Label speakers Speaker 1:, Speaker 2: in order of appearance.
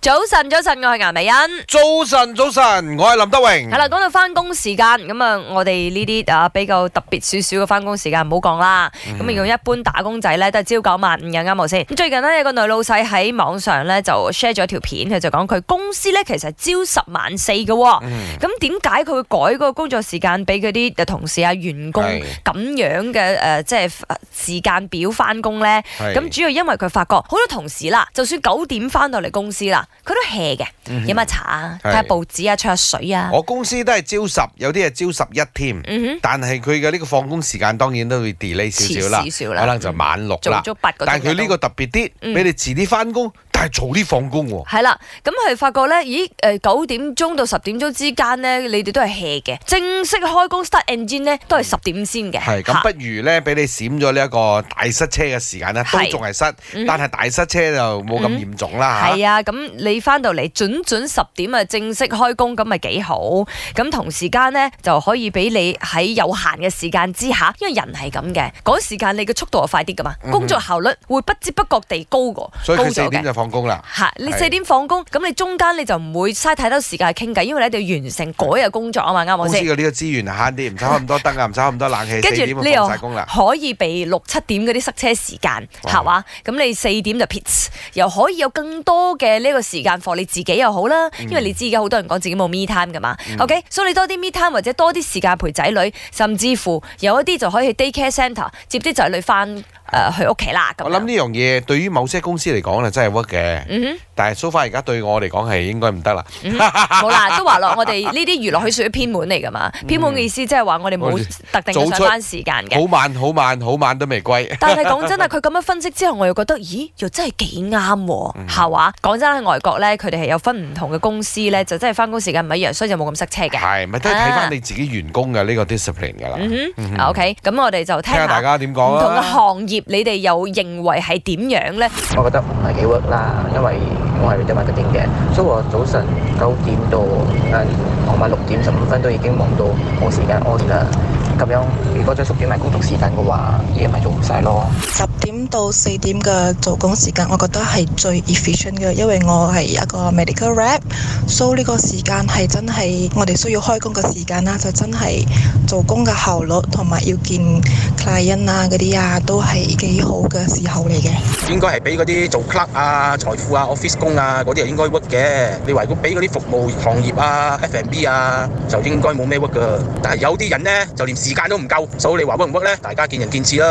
Speaker 1: 早晨，早晨，我係顏美欣。
Speaker 2: 早晨，早晨，我係林德榮。
Speaker 1: 係啦，講到翻工時間，咁啊，我哋呢啲啊比較特別少少嘅翻工時間唔好講啦。
Speaker 2: 嗯
Speaker 1: 咁如果一般打工仔咧，都係朝九晚五嘅，啱冇先。咁最近呢，有個女老細喺網上咧就 share 咗條片，佢就講佢公司咧其實係朝十晚四嘅喎。
Speaker 2: 嗯，
Speaker 1: 咁點解佢會改嗰個工作時間俾嗰啲同事啊、員工
Speaker 2: 係
Speaker 1: 咁樣嘅誒、呃即係呃時間表翻工咧？
Speaker 2: 係
Speaker 1: 咁主要因為佢發覺好多同事啦，就算九點翻到嚟公司啦，佢都 hea 嘅，飲下茶啊，睇
Speaker 2: 嗯係
Speaker 1: 下報紙啊，吹下水啊。
Speaker 2: 我公司都係朝十，有啲係朝十一添。
Speaker 1: 嗯哼，
Speaker 2: 但係佢嘅呢個放工時間當然都會 delay 少少啦，
Speaker 1: 遲少少啦
Speaker 2: 可能就晚六
Speaker 1: 做
Speaker 2: 啦。
Speaker 1: 足八個鐘
Speaker 2: 但係佢呢個
Speaker 1: 都
Speaker 2: 特別啲，
Speaker 1: 嗯
Speaker 2: 俾你遲啲翻工，但係早啲放工喎。
Speaker 1: 係啦，咁佢發覺咧，咦誒九點鐘到十點鐘之間咧，你哋都係 hea 嘅，正式開工 start engine 咧都係十點先嘅。
Speaker 2: 係咁，
Speaker 1: 嚇
Speaker 2: 不如咧俾你閃咗呢一個大塞車嘅時間咧，都
Speaker 1: 係嗯
Speaker 2: 仲係塞，但係大塞車就冇咁嚴重啦嚇。
Speaker 1: 係啊，咁你翻到嚟準準十點啊，正式開工咁咪幾好。咁同時間呢，就可以俾你喺有限嘅時間之下，因為人係咁嘅，嗰時間你嘅速度係快啲噶嘛，工作效率會不知不覺地高過，
Speaker 2: 嗯所以
Speaker 1: 高
Speaker 2: 佢四
Speaker 1: 咗
Speaker 2: 點
Speaker 1: 嘅。
Speaker 2: 就放工啦。
Speaker 1: 吓，你
Speaker 2: 係
Speaker 1: 四點放工，咁你中間你就唔會嘥太多時間傾偈，因為你一定要完成嗰日工作啊嘛，啱
Speaker 2: 公
Speaker 1: 我
Speaker 2: 司
Speaker 1: 先
Speaker 2: 嘅。呢個資源慳啲，唔使開咁多燈啊，唔使開咁多冷氣，
Speaker 1: 跟
Speaker 2: 四
Speaker 1: 住
Speaker 2: 點就
Speaker 1: 你又
Speaker 2: 放晒工啦。哦
Speaker 1: 可以避六七點嗰啲塞車時間，
Speaker 2: 哇
Speaker 1: 係嘛？咁你四點就 p i 又可以有更多嘅呢個時間 for 你自己又好啦，
Speaker 2: 嗯
Speaker 1: 因為你知而家好多人講自己冇 me time 噶嘛。OK，所以你多啲 me time 或者多啲時間陪仔女，甚至乎有一啲就可以去 daycare centre 接啲仔女翻誒、呃去屋企啦。咁
Speaker 2: 我諗
Speaker 1: 樣
Speaker 2: 呢樣嘢對於某些公司嚟講咧，真係 work 嘅。
Speaker 1: 嗯
Speaker 2: 但係 so far 而家對我嚟講係應該唔得啦。
Speaker 1: 哼，冇啦，都話咯，我哋呢啲娛樂係屬於偏門嚟噶 嘛。偏門嘅意思即係話我哋冇
Speaker 2: 嗯我哋
Speaker 1: 特定嘅上班時間嘅
Speaker 2: 好。慢好慢好慢都未歸。
Speaker 1: 但係講真啊，佢咁樣分析之後，我又覺得，咦，又真係幾啱
Speaker 2: 嗯
Speaker 1: 喎，係話講真喺外國咧，佢哋係有分唔同嘅公司咧，就真係翻工時間唔一樣，所以就冇咁塞車嘅。
Speaker 2: 係咪都係睇翻你自己員工嘅呢個 discipline 㗎啦？
Speaker 1: 啊嗯哼，OK，咁我哋就
Speaker 2: 聽
Speaker 1: 聽
Speaker 2: 下大
Speaker 1: 下
Speaker 2: 家點
Speaker 1: 唔
Speaker 2: 講
Speaker 1: 同嘅
Speaker 2: 啊！
Speaker 1: 行業，你哋又認為係點樣咧？
Speaker 3: 我覺得唔係幾 work 啦，因為我係 r e 物 a 嘅，所以我早晨九點到誒傍晚六點十五分都已經忙到冇時間屙尿啦。咁樣如果再縮短埋工作時間嘅話，嘢咪做唔晒咯。
Speaker 4: 十點到四點嘅做工時間，我覺得係最 efficient 嘅，因為我係一個 medical rep，所以呢個時間係真係我哋需要開工嘅時間啦，就真係做工嘅效率同埋要見 client 啊嗰啲啊，都係幾好嘅時候嚟嘅。
Speaker 5: 應該係俾嗰啲做 clerk 啊、財富啊、office 工啊嗰啲係應該 work 嘅。你話如果俾嗰啲服務行業啊、F&B 啊，就應該冇咩 work 噶。但係有啲人呢，就連時間都唔夠，所以你話 work 唔 work 呢？大家見仁見智啦。